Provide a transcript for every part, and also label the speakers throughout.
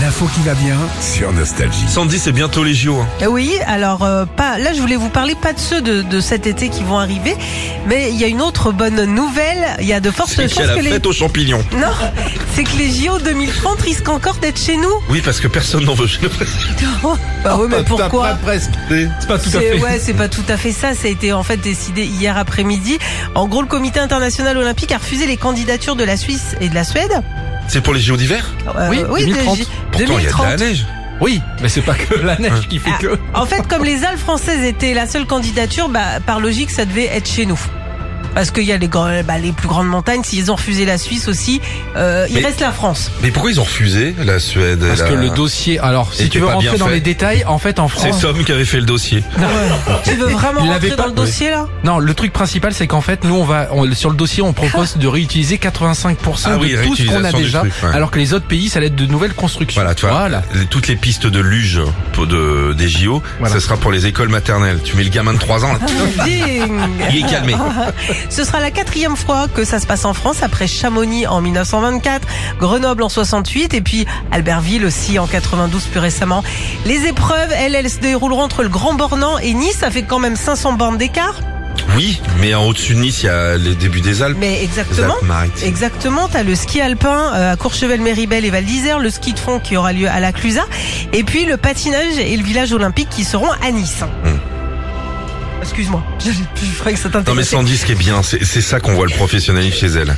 Speaker 1: L'info qui va bien sur Nostalgie.
Speaker 2: Sandy, c'est bientôt les JO. hein.
Speaker 3: Eh Oui, alors euh, pas. Là, je voulais vous parler pas de ceux de, de cet été qui vont arriver, mais il y a une autre bonne nouvelle. Il y a de fortes
Speaker 2: C'est
Speaker 3: chances
Speaker 2: qu'il y a la
Speaker 3: que les
Speaker 2: fête aux champignons.
Speaker 3: non, c'est que les JO 2030 risquent encore d'être chez nous.
Speaker 2: Oui, parce que personne n'en veut chez nous.
Speaker 3: bah oui, mais pourquoi
Speaker 4: presque.
Speaker 2: C'est pas tout à
Speaker 3: C'est-
Speaker 2: fait.
Speaker 3: Ouais, c'est pas tout à fait ça. Ça a été en fait décidé hier après-midi. En gros, le Comité international olympique a refusé les candidatures de la Suisse et de la Suède.
Speaker 2: C'est pour les JO d'hiver
Speaker 3: Euh,
Speaker 4: Oui,
Speaker 3: de
Speaker 4: 2030.
Speaker 3: J-
Speaker 2: Pourtant, il y a de
Speaker 3: 2030.
Speaker 2: la neige. Hein.
Speaker 4: Oui, mais c'est pas que la neige qui fait
Speaker 3: Ah,
Speaker 4: que.
Speaker 3: En fait, comme les Alpes françaises étaient la seule candidature, bah, par logique, ça devait être chez nous. Parce qu'il y a les, grands- bah, les plus grandes montagnes, s'ils ont refusé la Suisse aussi, euh, il
Speaker 2: Mais-
Speaker 3: reste la France.
Speaker 2: Mais pourquoi ils ont refusé la Suède et
Speaker 4: Parce
Speaker 2: la-
Speaker 4: que le dossier. Alors,
Speaker 2: Et
Speaker 4: si tu
Speaker 2: t'es
Speaker 4: veux
Speaker 2: pas bien
Speaker 4: rentrer dans
Speaker 2: fait.
Speaker 4: les détails, en fait, en
Speaker 2: C'est
Speaker 4: France.
Speaker 2: Somme qui avait fait le dossier.
Speaker 3: Tu veux vraiment rentrer
Speaker 4: Il l'avait
Speaker 3: dans
Speaker 4: pas-
Speaker 3: le dossier là
Speaker 4: Non, le truc principal, c'est qu'en fait, nous, on va on- sur le dossier, on propose de réutiliser 85%
Speaker 2: Ah oui,
Speaker 4: de tout ce qu'on
Speaker 2: réutilisation
Speaker 4: a
Speaker 2: du
Speaker 4: déjà,
Speaker 2: truc, ouais.
Speaker 4: alors que les autres pays, ça va être de nouvelles constructions.
Speaker 2: Voilà, tu vois,
Speaker 4: Voilà.
Speaker 2: les- toutes les pistes de luge pour de, des JO,
Speaker 4: Voilà. Ah.
Speaker 2: ça sera pour les écoles maternelles. Tu mets le gamin de 3 ans, là,
Speaker 3: Ding
Speaker 2: il est calmé.
Speaker 3: Ce sera la quatrième fois que ça se passe en France après Chamonix en 1924, Grenoble en 68 et puis Albertville aussi en 92 plus récemment. Les épreuves, elles, elles se dérouleront entre le Grand Bornand et Nice. Ça fait quand même 500 bornes d'écart.
Speaker 2: Oui, mais en au-dessus de Nice, il y a les débuts des Alpes.
Speaker 3: Mais
Speaker 2: Les
Speaker 3: exactement.
Speaker 2: Alpes maritimes.
Speaker 3: Exactement, t'as le ski alpin euh, à Courchevel, Méribel et Val d'Isère, le ski de fond qui aura lieu à la Clusa, et puis le patinage et le village olympique qui seront à Nice.
Speaker 2: Hmm.
Speaker 3: Excuse-moi, je, je croyais que ça
Speaker 2: Non mais
Speaker 3: t'intéressait.
Speaker 2: Sandy, ce qui est bien, c'est c'est ça qu'on voit le professionnalisme chez elle.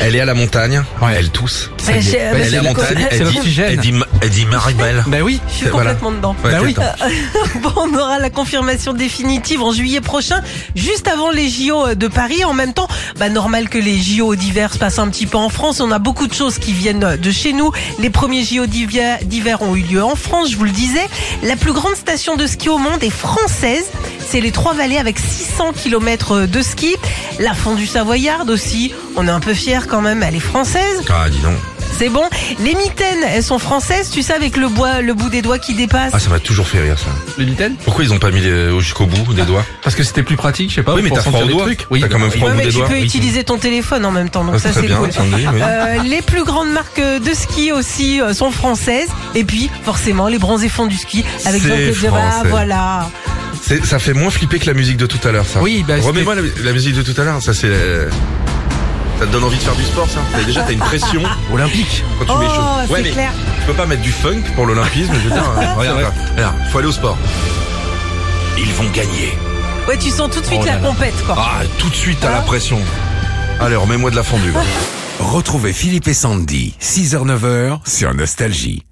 Speaker 2: Elle est à la montagne,
Speaker 4: Ouais.
Speaker 2: elle tousse.
Speaker 3: Eh, j'ai-
Speaker 4: Bah,
Speaker 3: bah,
Speaker 2: Elle
Speaker 4: c'est
Speaker 2: est à la
Speaker 4: la
Speaker 2: montagne,
Speaker 4: co- c'est
Speaker 2: elle dit,
Speaker 4: l'oxygène.
Speaker 2: elle dit, elle dit Maribel.
Speaker 4: Bah oui.
Speaker 3: Je suis
Speaker 2: Voilà.
Speaker 3: complètement dedans.
Speaker 2: Ouais,
Speaker 4: Bah
Speaker 2: t'es
Speaker 4: oui.
Speaker 2: dedans.
Speaker 3: Bon, on aura la confirmation définitive en juillet prochain, juste avant les JO de Paris. En même temps, bah, normal que les JO d'hiver se passent un petit peu en France. On a beaucoup de choses qui viennent euh, de chez nous. Les premiers JO d'hiver d'hiver ont eu lieu en France, je vous le disais. La plus grande station de ski au monde est française. C'est les Trois Vallées avec 600 km euh, de ski. La fondue savoyarde aussi. On est un peu fiers quand même. Elle est française.
Speaker 2: Ah dis donc,
Speaker 3: C'est bon. Les mitaines, elles sont françaises. Tu sais, avec le, bois, le bout des doigts qui dépasse.
Speaker 2: ah ça m'a toujours fait rire ça.
Speaker 4: Le mitaine
Speaker 2: Pourquoi ils ont pas mis les- euh, jusqu'au bout des doigts
Speaker 4: Parce que c'était plus pratique, je sais pas.
Speaker 2: Oui mais
Speaker 4: Ah, pour
Speaker 2: t'as froid
Speaker 4: sentir
Speaker 2: aux
Speaker 4: les
Speaker 2: doigts,
Speaker 4: trucs. Oui,
Speaker 2: t'as quand même
Speaker 4: bah,
Speaker 2: froid
Speaker 3: Ouais,
Speaker 2: au bout
Speaker 3: mais
Speaker 2: des
Speaker 3: tu
Speaker 2: doigts.
Speaker 3: peux utiliser ton téléphone en même temps, donc
Speaker 2: Ah,
Speaker 3: ça
Speaker 2: très
Speaker 3: c'est
Speaker 2: bien,
Speaker 3: cool.
Speaker 2: Sandy, oui.
Speaker 3: Euh, les plus grandes marques de ski aussi euh, sont françaises. Et puis, forcément, les bronzés fonds du ski avec
Speaker 2: C'est
Speaker 3: Jean-Claude Gérard,
Speaker 2: français.
Speaker 3: voilà.
Speaker 2: C'est- Ça fait moins flipper que la musique de tout à l'heure ça.
Speaker 4: Oui, bah,
Speaker 2: Remets-moi la, la musique de tout à l'heure, ça c'est... euh, Ça te donne envie de faire du sport ça T'as- Déjà t'as une pression
Speaker 4: c'était Olympique.
Speaker 2: quand tu
Speaker 3: Oh,
Speaker 2: mets les choses.
Speaker 3: c'est
Speaker 2: mais
Speaker 3: clair.
Speaker 2: tu peux pas mettre du funk pour l'olympisme, je veux dire. euh, Regarde,
Speaker 4: vrai.
Speaker 2: là. regarde, faut aller au sport. Ils vont gagner.
Speaker 3: Ouais, tu sens tout de suite
Speaker 2: Oh là
Speaker 3: la
Speaker 2: là.
Speaker 3: compète, quoi.
Speaker 2: Ah, tout de suite, t'as la pression. Allez, remets-moi de la fondue.
Speaker 1: Retrouvez Philippe et Sandy, 6h-9h sur Nostalgie.